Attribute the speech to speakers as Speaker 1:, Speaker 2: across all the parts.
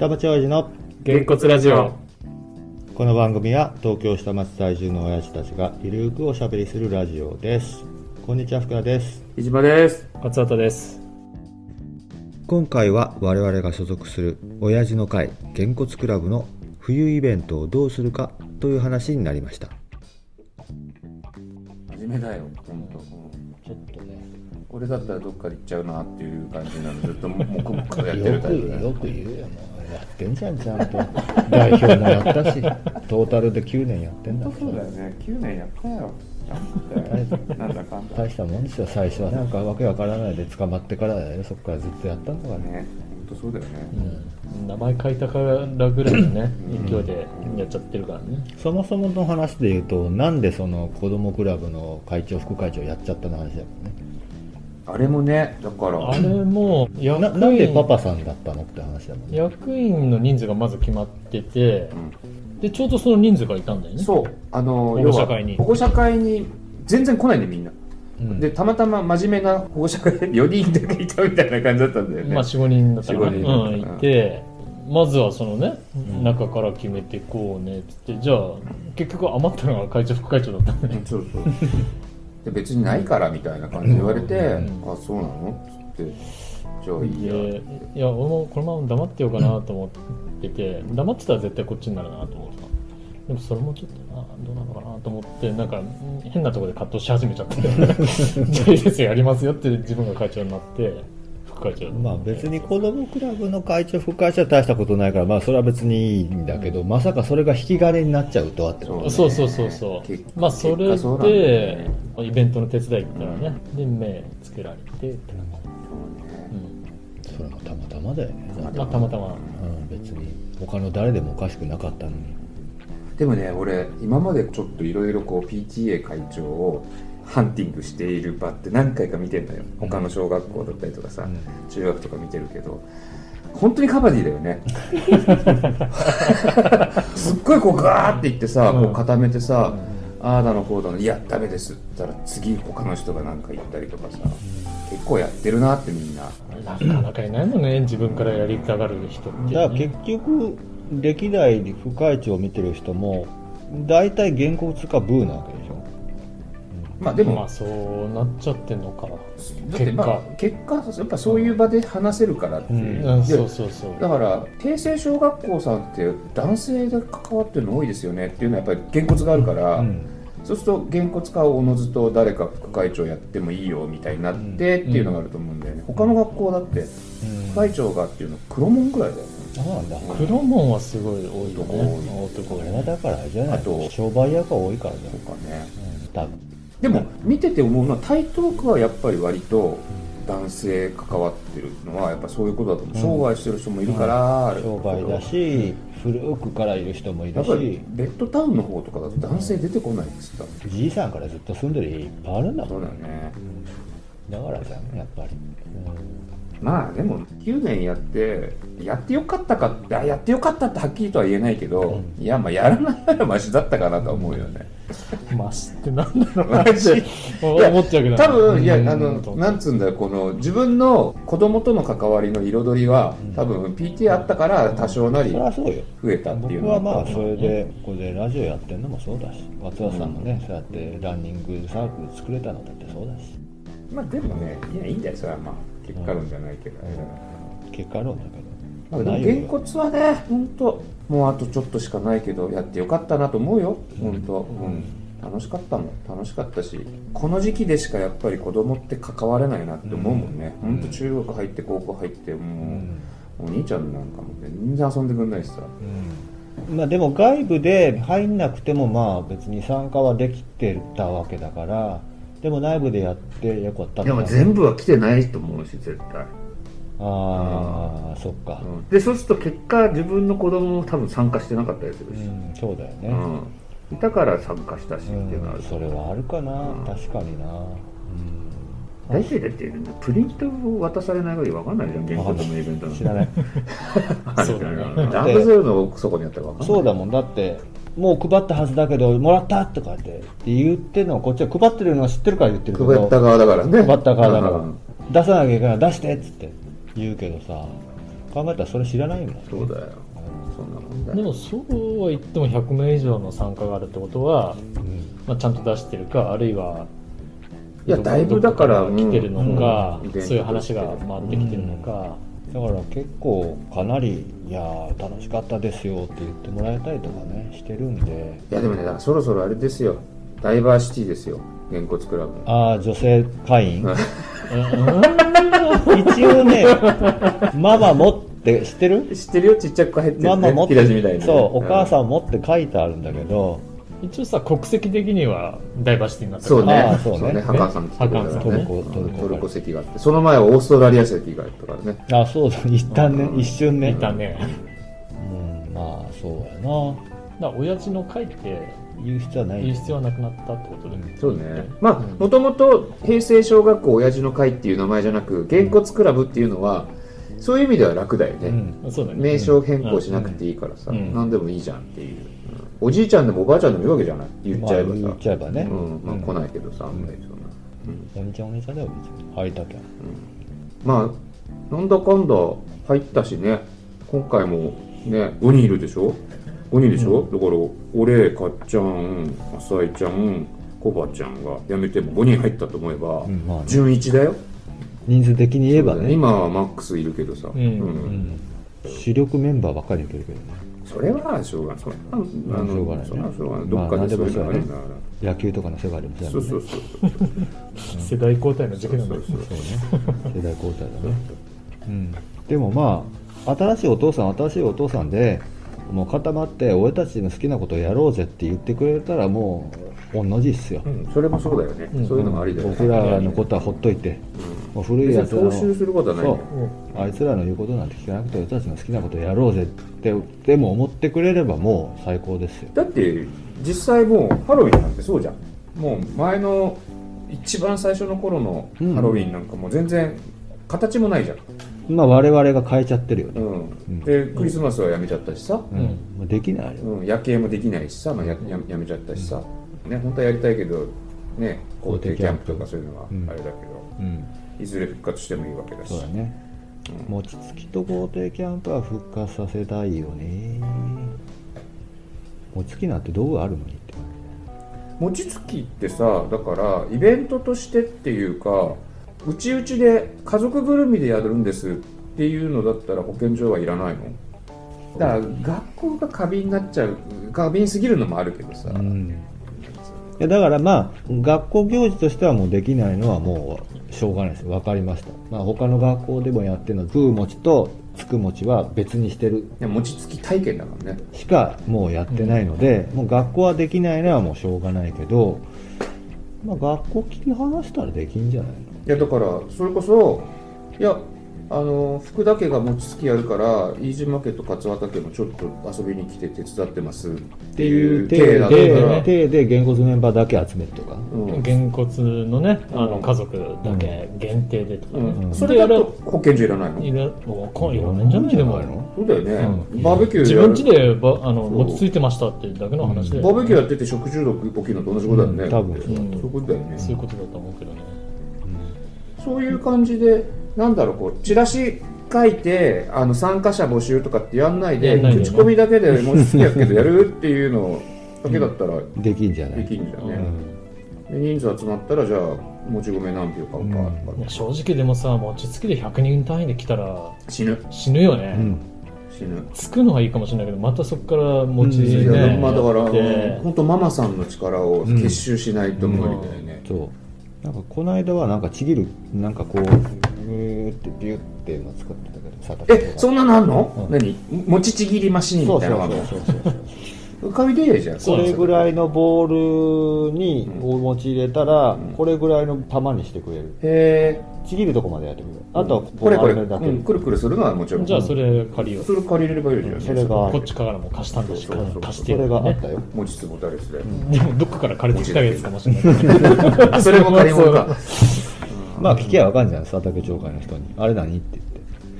Speaker 1: 田淵親父の
Speaker 2: げんこつラジオ
Speaker 1: この番組は東京下町在住の親父たちがゆるーくおしゃべりするラジオですこんにちは福田です
Speaker 2: 飯島です勝畑です
Speaker 1: 今回は我々が所属する親父の会げんこつクラブの冬イベントをどうするかという話になりました
Speaker 3: 真面目だよ本当。
Speaker 4: ちょっとね、
Speaker 3: 俺だったらどっかで行っちゃうなっていう感じなのずっと黙々とやって
Speaker 4: よ
Speaker 3: るタ
Speaker 4: く
Speaker 3: イプだ
Speaker 4: よ
Speaker 3: よ
Speaker 4: く言うよ、もう。やってんじゃん、ちゃん と。代表もやったし、 トータルで9年やってんだか
Speaker 3: そうだ
Speaker 4: ら。
Speaker 3: よね9年やったよなんだよなんだかんだ
Speaker 4: 大したもんですよ、最初は。なんかわけわからないで捕まってからだよ。そこからずっとやったんだからね。
Speaker 3: ね本当そうだよね
Speaker 2: 名前書いたからぐらいのね勢いでやっちゃってるからね
Speaker 4: そもそもの話で言うと、なんでその子供クラブの会長、副会長やっちゃったの話だよね。
Speaker 3: あれもねだから
Speaker 2: あれも役
Speaker 4: な
Speaker 2: 員
Speaker 4: なんでパパさんだったのって話だもんね。
Speaker 2: 役員の人数がまず決まっててでちょうどその人数がいたんだよね
Speaker 3: そうあの
Speaker 2: 保護者会に
Speaker 3: 要は保護者会に全然来ないんでみんな
Speaker 4: うん
Speaker 3: でたまたま真面目な保護者会で4人だけいたみたいな感じだったんだよね、
Speaker 2: まあ45人だったかな
Speaker 3: 4 5人だったかな
Speaker 2: うんいてまずはそのね中から決めていこうねっつってじゃあ結局余ったのが会長副会長だったんだよね
Speaker 3: うんそうそうで別にないからみたいな感じで言われて「
Speaker 2: うん
Speaker 3: あそうなの?」っつって「じゃあいいや」
Speaker 2: でいや俺もこのまま黙ってようかなと思ってて黙ってたら絶対こっちになるなと思ってたでもそれもちょっとなどうなのかなと思ってなんかん変なところで葛藤し始めちゃ ってじゃあいいですよやりますよって自分が会長になって副会長
Speaker 4: まあ別に子供クラブの会長、副会長は大したことないから、まあそれは別にいいんだけど、まさかそれが引き金になっちゃうとはってこと
Speaker 3: ね
Speaker 2: そうそうそうそ
Speaker 3: 結
Speaker 2: うまあそれ
Speaker 3: 結果うなんだよ
Speaker 2: で
Speaker 3: ね
Speaker 2: イベントの手伝い行ったらね、で目つけられてって感じ、
Speaker 3: そうね
Speaker 2: うん
Speaker 4: それもたまたまだよね。
Speaker 2: まあ、たまたま
Speaker 4: うん、別に他の誰でもおかしくなかったのに。
Speaker 3: でもね俺今までちょっといろいろこう PTA 会長をハンティングしている場って何回か見てんだよ他の小学校だったりとかさ、中学とか見てるけど本当にカバディだよ ねすっごいこうガーっていってさ、こう固めてさ、ああだのこうだのいやダメですって言ったら次他の人がなんか言ったりとかさ、結構やってるなってみんな
Speaker 2: なかなかいないもんね自分からやりたがる人って、ね、
Speaker 4: だから結局、歴代副会長を見てる人も、大体原稿つかブーなわけでしょ。
Speaker 3: まあでも、
Speaker 2: まあそうなっちゃってんのか、
Speaker 3: だってまあ結果やっぱそういう場で話せるからっていう、
Speaker 2: うん、
Speaker 3: で
Speaker 2: そうそうそう
Speaker 3: だから帝政小学校さんって男性で関わってるの多いですよねっていうのはやっぱりげんこつがあるから、
Speaker 4: うん。
Speaker 3: そうするとげんこつかおのずと誰か副会長やってもいいよみたいになってっていうのがあると思うんだよね、他の学校だって副会長がっていうの黒門ぐらいだよね
Speaker 4: そうなんだ。
Speaker 2: 黒門はすごい多いよね
Speaker 3: 男
Speaker 4: これはだからあれじゃない
Speaker 3: あと
Speaker 4: 商売屋が多いからじゃん
Speaker 3: とかね
Speaker 4: 多分
Speaker 3: でも見てて思うのは台東区はやっぱり割と男性関わってるのはやっぱそういうことだと思う、商売してる人もいるから、
Speaker 4: 商売だし、古くからいる人もいる
Speaker 3: やっぱり
Speaker 4: し、
Speaker 3: ベッドタウンの方とかだと男性出てこないんですか
Speaker 4: じいさんからずっと住んでる家いっぱいあるんだ
Speaker 3: そ
Speaker 4: も
Speaker 3: うんだよね
Speaker 4: だからじゃんやっぱり、
Speaker 3: まあでも9年やってやってよかったかってあやってよかったってはっきりとは言えないけど、いやまあやらないならマシだったかなとは思うよね、
Speaker 2: マシってなんだろうな
Speaker 3: マ
Speaker 2: っ
Speaker 3: シ
Speaker 2: て思っちゃうけど
Speaker 3: 多分いやあ
Speaker 2: う
Speaker 3: の
Speaker 2: ん
Speaker 3: なんつうんだよこの自分の子供との関わりの彩りは多分 PT あったから多少な
Speaker 4: うん、
Speaker 3: り
Speaker 4: そりゃそうよ
Speaker 3: 増えたっていう
Speaker 4: 僕
Speaker 3: の
Speaker 4: はまあそれでここでラジオやってんのもそうだし松田さんもね、そうやってランニングサークル作れたのだってそうだし
Speaker 3: まあでもねいやいいんだよそれはまあ結果論じゃないけど、あれだから
Speaker 4: 結果論だけど
Speaker 3: まあ、でもげんこつはね、本当、もうあとちょっとしかないけど、やってよかったなと思うよ、本当、うん、楽しかったもん、楽しかったし、この時期でしかやっぱり子供って関われないなって思うもんね、本当、中学入って、高校入って、もう、お兄ちゃんなんかも全然遊んでくんないしさ、
Speaker 4: まあ、でも外部で入んなくてもまあ別に参加はできてたわけだからでも内部でやってよかったって
Speaker 3: 部は来てないと思うし、絶対。
Speaker 4: ああ、そっか、
Speaker 3: で、そうすると結果、自分の子供も多分参加してなかったりする
Speaker 4: うん、そうだよね、
Speaker 3: いたから参加したしって
Speaker 4: うん、それはあるかな、確かにな、
Speaker 3: 大体だってプリントを渡されない限り分かんないじゃん原稿のイベント
Speaker 4: うん、
Speaker 3: の
Speaker 4: 知 らない
Speaker 2: そうだね
Speaker 3: ラブゼロの奥底にあったら分かんない
Speaker 4: そうだもんだってもう配ったはずだけどもらったとかって言ってんのこっちは配ってるのは知ってるから言ってるけど
Speaker 3: 配った側だからね
Speaker 4: 配った側だから、
Speaker 3: うん
Speaker 4: 出さなきゃいけない出してっつって言うけどさ考えたらそれ知らないもん、ね、
Speaker 3: そうだよそんなもんだ
Speaker 2: で
Speaker 3: よ
Speaker 2: もそうは言っても100名以上の参加があるってことは、
Speaker 4: うん
Speaker 2: まあ、ちゃんと出してるかあるいは
Speaker 3: や
Speaker 2: どこ
Speaker 3: だいぶだから
Speaker 2: どこ来てるのか、
Speaker 3: うんうん
Speaker 2: そういう話が回ってきてるのか、
Speaker 4: だから結構かなり「いやー楽しかったですよ」って言ってもらえたりとかねしてるんで
Speaker 3: いやでもねだからそろそろあれですよダイバーシティですよげんこつクラブ
Speaker 4: ああ女性会員
Speaker 3: うん
Speaker 2: うん
Speaker 4: 一応ね「ママも」って知ってる
Speaker 3: 知ってるよちっちゃく入ってる、ね、
Speaker 4: ママもっ
Speaker 3: 引き出しみたい
Speaker 4: て
Speaker 3: に
Speaker 4: そうお母
Speaker 3: ん、
Speaker 4: さんもって書いてあるんだけど
Speaker 2: 一応さ国籍的にはダイバーシティになって
Speaker 3: そう
Speaker 2: るから
Speaker 4: あ
Speaker 3: ね
Speaker 4: ー
Speaker 3: そ
Speaker 4: そううね
Speaker 3: ねハカーさんも来てくれたからね
Speaker 4: ハカーさんトルコトルコ
Speaker 3: トルコ席があってその前はオーストラリア席があったからね
Speaker 4: あそうだ一旦ね一瞬ね
Speaker 2: いたね
Speaker 4: うんまあそうやな
Speaker 2: だから親父の会って
Speaker 4: 言う必要はない
Speaker 2: 言う必要はなくなったってことで、
Speaker 3: そうねま
Speaker 2: う
Speaker 3: あ
Speaker 2: ん
Speaker 3: もともと平成小学校親父の会っていう名前じゃなくげんこつクラブっていうのはそういう意味では楽だよね、
Speaker 4: うん
Speaker 2: そうだね
Speaker 3: 名称変更しなくていいからさ、
Speaker 2: うん
Speaker 3: 何でもいいじゃんっていう、うんおじいちゃんでもおばあちゃんでもいいわけじゃない言っちゃえば
Speaker 4: ま
Speaker 3: さ、
Speaker 4: あ言っちゃえばね
Speaker 3: うんまあ、
Speaker 4: うん
Speaker 3: 来ないけどさあんまりそんな、うん
Speaker 4: お兄ちゃんお兄ちゃんだよ別に入ったけん
Speaker 3: まあなんだかんだ入ったしね今回もね5人いるでしょ5人でしょ、だから俺かっちゃん浅井ちゃんコバちゃんが辞めても5人入ったと思えば、
Speaker 4: うんまあね
Speaker 3: 順一だよ
Speaker 4: 人数的に言えばね
Speaker 3: 今はマックスいるけどさ、
Speaker 2: うん
Speaker 4: うん主力メンバーばっかりいけるけどね
Speaker 3: それはしょうがないそれはあの
Speaker 4: しょうがないね
Speaker 3: それはしょうがない
Speaker 4: まあ
Speaker 3: どっかでそういうのがあるんだから、
Speaker 4: 野球とかの世界でもそうや
Speaker 3: そ
Speaker 4: も
Speaker 3: うん
Speaker 4: ね
Speaker 3: そうそう
Speaker 2: 世代交代の時期なんだよ
Speaker 3: そうそう
Speaker 4: そうね世代交代だね、うん、でもまあ新しいお父さん新しいお父さんでもう固まって俺たちの好きなことをやろうぜって言ってくれたらもう同じっすよ、
Speaker 3: うんそれもそうだよね、
Speaker 2: うん
Speaker 3: そういうのもありだよね、
Speaker 4: 僕らのことはほっといて、もう古い
Speaker 3: 別
Speaker 4: や
Speaker 3: に
Speaker 4: つらの
Speaker 3: 踏襲することはないんだよ
Speaker 4: そうあいつらの言うことなんて聞かなくて俺たちの好きなことをやろうぜってでも思ってくれればもう最高ですよ
Speaker 3: だって実際もうハロウィンなんてそうじゃんもう前の一番最初の頃の
Speaker 4: うん
Speaker 3: ハロウィンなんかもう全然形もないじゃん、
Speaker 4: まあ我々が変えちゃってるよ
Speaker 3: う
Speaker 4: ね、
Speaker 3: ん
Speaker 4: ん
Speaker 3: でクリスマスはやめちゃったしさ、
Speaker 4: うんもうできないよ、
Speaker 3: うん、夜景もできないしさ、まあ、やややめちゃったしさ、ね本当はやりたいけどね校庭キャンプとかそういうのは
Speaker 4: うん
Speaker 3: あれだけど、
Speaker 4: うん、
Speaker 3: いずれ復活してもいいわけだし
Speaker 4: そうだね餅つきと豪邸キャンプは復活させたいよね餅つきなんて道具あるのにって
Speaker 3: 餅つきってさだからイベントとしてっていうかうちうちで家族ぐるみでやるんですっていうのだったら保健所はいらないのだから学校が過敏になっちゃう過敏すぎるのもあるけどさ、
Speaker 4: うんいやだからまあ学校行事としてはもうできないのはもうしょうがないです分かりました、まあ、他の学校でもやってるの食う餅とつく餅は別にしてる
Speaker 3: でも餅つき体験だからね
Speaker 4: しかもうやってないので、もう学校はできないのはもうしょうがないけど、まあ、学校切り離したらできんじゃないの
Speaker 3: いやだからそれこそいやあの福田家が餅つきやるから飯島家と勝畑家もちょっと遊びに来て手伝ってますっ
Speaker 4: ってて
Speaker 3: い
Speaker 4: いうう
Speaker 3: 体
Speaker 4: 体
Speaker 3: だったら
Speaker 4: で、、体で、げんこつメンバーだけ集めるとか。
Speaker 3: うん
Speaker 2: げんこつのねあの家族だけ限定でとかね、
Speaker 3: うん
Speaker 2: で
Speaker 3: それだ
Speaker 2: や
Speaker 3: と
Speaker 2: る
Speaker 3: 保健所いらないの
Speaker 2: いるわかんいらないんじゃないでも
Speaker 3: そうだよね、
Speaker 2: うん
Speaker 3: バーベキュー
Speaker 2: 自
Speaker 3: やる
Speaker 2: 分家でばあの
Speaker 3: そう
Speaker 2: 餅ついてましたってだけの話で、
Speaker 3: バーベキューやってて食中毒起きるのと同じことだよね、
Speaker 4: うん多分
Speaker 3: そういうことだよね、
Speaker 2: そういうことだと思うけどね
Speaker 3: そういう感じでなんだろうこうチラシ書いてあの参加者募集とかってやんないで
Speaker 2: やんないでね
Speaker 3: 口コミだけでもう好きやけどやるっていうのだけだったら
Speaker 4: できんじゃな
Speaker 3: で
Speaker 4: い
Speaker 3: きんじゃんね、
Speaker 4: うん
Speaker 3: で人数集まったらじゃあもち米何票買うかとか、
Speaker 2: いや正直でもさ餅つきで100人単位で来たら
Speaker 3: 死ぬ
Speaker 2: 死ぬよね、
Speaker 4: うん。
Speaker 3: 死ぬ
Speaker 2: つくのはいいかもしれないけどまたそこから餅
Speaker 4: い
Speaker 2: ね、
Speaker 3: い
Speaker 4: や
Speaker 3: やまあだから
Speaker 2: やって
Speaker 3: 本当ママさんの力を結集しないと無理だよね、
Speaker 4: そう。なんか、この間はなんかちぎる、なんかこう、ぐーってビューっていうのを使ってたけど、さた
Speaker 3: えそんなのあんの、
Speaker 4: うん
Speaker 3: 何餅ちぎりマシーン
Speaker 4: そ
Speaker 3: み
Speaker 4: う
Speaker 3: たい
Speaker 4: そ
Speaker 3: な
Speaker 4: う
Speaker 3: のがあんの
Speaker 4: そうそうそう。
Speaker 3: 浮かびでええじゃん
Speaker 4: これぐらいのボールに
Speaker 3: うん
Speaker 4: お餅入れたら、
Speaker 3: ん
Speaker 4: これぐらいの玉にしてくれる。
Speaker 3: へえ
Speaker 4: ちぎるとこまでやってくれる。あとはこう
Speaker 3: これこれ、
Speaker 4: 丸めるだけ。
Speaker 3: うん、くるくるするのはもちろん
Speaker 2: じゃあそれ借りよう
Speaker 3: それ借りれればいいじゃん、
Speaker 4: それが
Speaker 2: こっちからも貸したんだし
Speaker 3: そうそうそう
Speaker 2: 貸し
Speaker 4: そ
Speaker 2: てよ
Speaker 4: れがあったよ。
Speaker 3: 餅つぼだれすで、
Speaker 2: でもどっかから借りてきたやつかもしれないけ
Speaker 3: あ それも借り 物か
Speaker 4: まあ、聞きゃわかんじゃん、佐竹町会の人に。あれ何って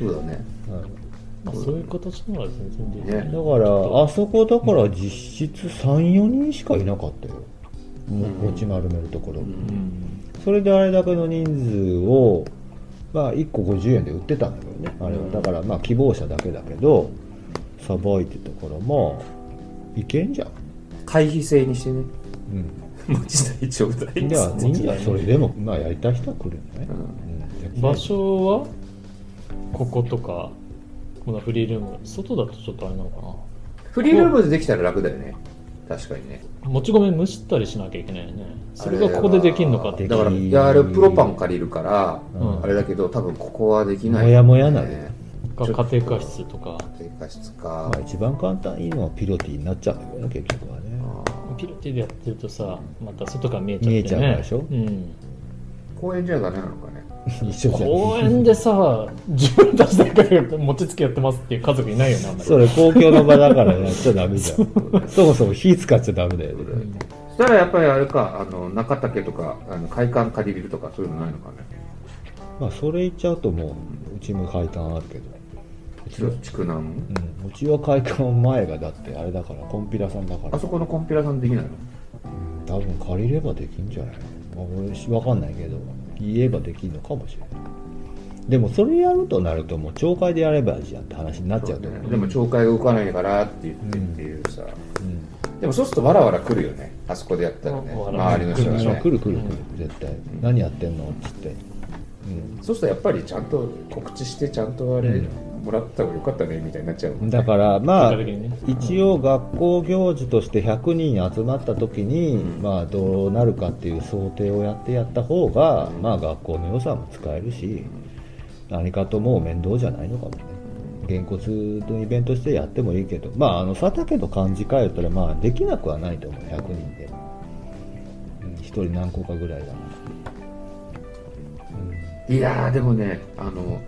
Speaker 4: 言って。
Speaker 3: そうだね
Speaker 4: うん
Speaker 2: どそういう形なら全然でき
Speaker 3: ね
Speaker 2: る、
Speaker 4: だからあそこだから実質34人しかいなかったよも持ち丸めるところ、
Speaker 3: ん
Speaker 4: それであれだけの人数をまあ、1個50円で売ってたんだけどねあれはだからまあ希望者だけだけどさばいてところもいけんじゃん、
Speaker 3: 会費制にしてね
Speaker 4: うん、
Speaker 3: 持ち代ちょうだい
Speaker 4: じゃあ、いいんじゃないそれでも、まあ、やりたい人は来るよね
Speaker 3: う。ん
Speaker 4: うん
Speaker 2: 場所はこことかこのフリールーム外だとちょっとあれなのか
Speaker 3: フリールームでできたら楽だよね確かにね
Speaker 2: なもち米蒸したりしなきゃいけないよねそれがここでできるのかって
Speaker 3: だからいやあれプロパン借りるから、
Speaker 2: うん
Speaker 3: あれだけど多分ここはできない、
Speaker 4: もやもやなる
Speaker 3: ね
Speaker 2: か家庭科室とか
Speaker 3: 家庭科室
Speaker 4: ま
Speaker 3: か
Speaker 4: あ、一番簡単いいのはピロティになっちゃうんだけどね、結局はね。
Speaker 2: ピルティでやってるとさまた外から見えちゃってね
Speaker 4: 見えちゃうからでしょ
Speaker 2: うん
Speaker 3: 公園じゃダメなのかね
Speaker 4: 一緒じゃん。
Speaker 2: 公園でさ自分たちだけで餅つきやってますっていう家族いないよねあんまり
Speaker 4: それ公共の場だからやっちゃダメじゃん。 そもそも火使っちゃダメだよ
Speaker 2: う
Speaker 4: ね。
Speaker 2: ん
Speaker 3: そしたらやっぱりあれかあの中竹とかあの会館借りるとかそういうのないのかね
Speaker 4: まあ、それ言っちゃうともう、うちも会館あるけど。うちは、
Speaker 3: 築南
Speaker 4: うん、うちは会館前がだってあれだから、コンピラさんだから。
Speaker 3: あそこのコンピラさんできないの
Speaker 4: うん多分借りればできんじゃないまあ俺しわかんないけど言えばできんのかもしれないでもそれやるとなるともう町会でやればいいじゃんって話になっちゃうと
Speaker 3: そ
Speaker 4: 思
Speaker 3: う
Speaker 4: う
Speaker 3: だねでも懲戒が動かないからって言ってっていうさ、
Speaker 4: うん
Speaker 3: でもそうするとわらわら来るよねあそこでやったらね
Speaker 2: わらわら
Speaker 3: 周りの人が
Speaker 2: う
Speaker 4: 来る
Speaker 3: ね
Speaker 4: 来る来る絶対何やってんのっつって
Speaker 3: そうするとやっぱりちゃんと告知してちゃんとあれ、
Speaker 4: うん
Speaker 3: もらった方がよかったねみたいになっちゃうも
Speaker 4: うんん
Speaker 3: ね
Speaker 4: だからまあ
Speaker 2: 結果的にね
Speaker 4: 一応学校行事として100人集まった時に
Speaker 3: うん
Speaker 4: まあどうなるかっていう想定をやってやった方がまあ学校の予算も使えるし何かともう面倒じゃないのかもね原骨のイベントしてやってもいいけどまああの佐竹の漢字変えたらまあできなくはないと思う100人でも、うん、1人何個かぐらいだな、
Speaker 3: いやーでもねあの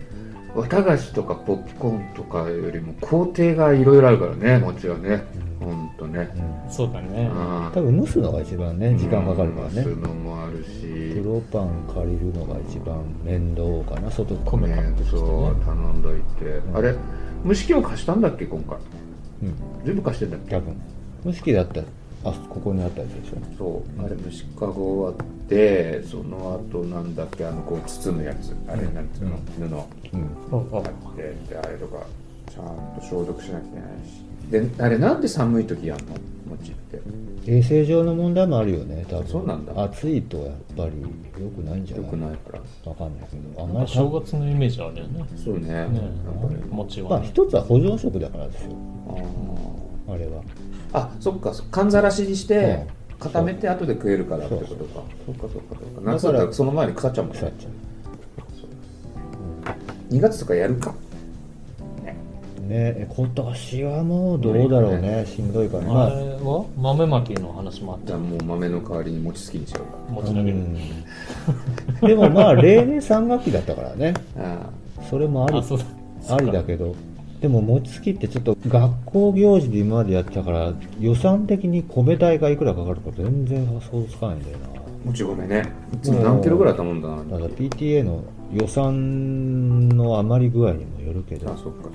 Speaker 3: 綿菓子とかポップコーンとかよりも工程がいろいろあるからね餅はねほんとね
Speaker 4: うん、
Speaker 2: そうだね
Speaker 3: あ
Speaker 4: 多分蒸すのが一番ね時間かかるからね
Speaker 3: そういうのもあるし
Speaker 4: プロパン借りるのが一番面倒かな外で
Speaker 2: 米
Speaker 3: ねそう頼んどいて、
Speaker 4: ん
Speaker 3: あれ虫器を貸したんだっけ今回
Speaker 4: うん
Speaker 3: 全部貸してんだっけ
Speaker 4: 多分蒸し器だったらあここにあったやつでしょ
Speaker 3: そうあれ虫かご終わってその後なんだっけあのこう包むやつあれなんていうの、布
Speaker 4: うん
Speaker 3: あってであれとかちゃんと消毒しなきゃいけないしであれなんで寒い時やんの餅って
Speaker 4: 衛生上の問題もあるよね多分
Speaker 3: そうなんだ
Speaker 4: 暑いとやっぱり良くないんじゃ
Speaker 3: よ
Speaker 4: ない
Speaker 3: くないから
Speaker 4: わかんないけどあん
Speaker 2: なん
Speaker 4: ま
Speaker 2: か
Speaker 4: り
Speaker 2: 正月のイメージあるよね
Speaker 3: そうねなん
Speaker 2: ね
Speaker 3: かね
Speaker 2: 餅
Speaker 4: ま
Speaker 2: は
Speaker 4: あ
Speaker 2: ね
Speaker 4: 一つは保存食だからですよ
Speaker 3: あー
Speaker 4: あれは
Speaker 3: あそっかかんざらしにして
Speaker 4: うん
Speaker 3: 固めて後で食えるからってことかそっかそっかそっか夏だったらその前に腐っちゃうもん
Speaker 4: 腐っ
Speaker 3: ね
Speaker 4: ちゃ
Speaker 3: 2月とかやるか
Speaker 4: うねえ今年はもうどうだろうねしんどいからま
Speaker 2: あ
Speaker 4: あ
Speaker 2: れは豆まきの話もあっ
Speaker 3: じ
Speaker 2: て
Speaker 3: ゃあもう豆の代わりに餅つきにしようか
Speaker 2: 持ち投げる
Speaker 4: うんでもまあ例年3学期だったからね
Speaker 3: あ
Speaker 4: それもあり
Speaker 2: あそうだ
Speaker 4: ありだけどでも餅つきってちょっと学校行事で今までやってたから予算的に米代がいくらかかるか全然想像つかないんだよ
Speaker 3: あもち米ねいつも何キロぐらい頼んだな
Speaker 4: なだから PTA の予算の余り具合にもよるけ
Speaker 3: あ
Speaker 4: ど
Speaker 3: そっかそっか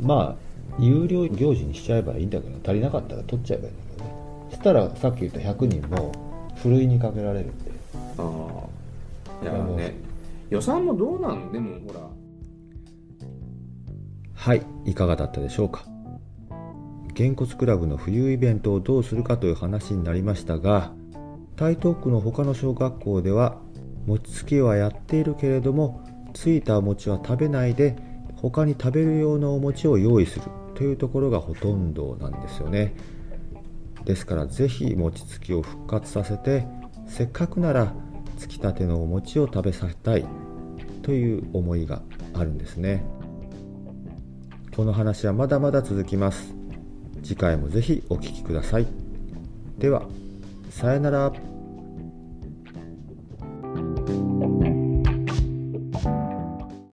Speaker 4: まあ有料行事にしちゃえばいいんだけど足りなかったら取っちゃえばいいんだけどねそしたらさっき言った100人もふるいにかけられるんで
Speaker 3: ああいやね予算もどうなんでもほら
Speaker 1: はい、いかがだったでしょうか。げんこつクラブの冬イベントをどうするかという話になりましたが、台東区の他の小学校では、餅つきはやっているけれども、ついたお餅は食べないで、他に食べる用のお餅を用意するというところがほとんどなんですよね。ですからぜひ餅つきを復活させて、せっかくならつきたてのお餅を食べさせたいという思いがあるんですね。この話はまだまだ続きます次回もぜひお聞きくださいではさよなら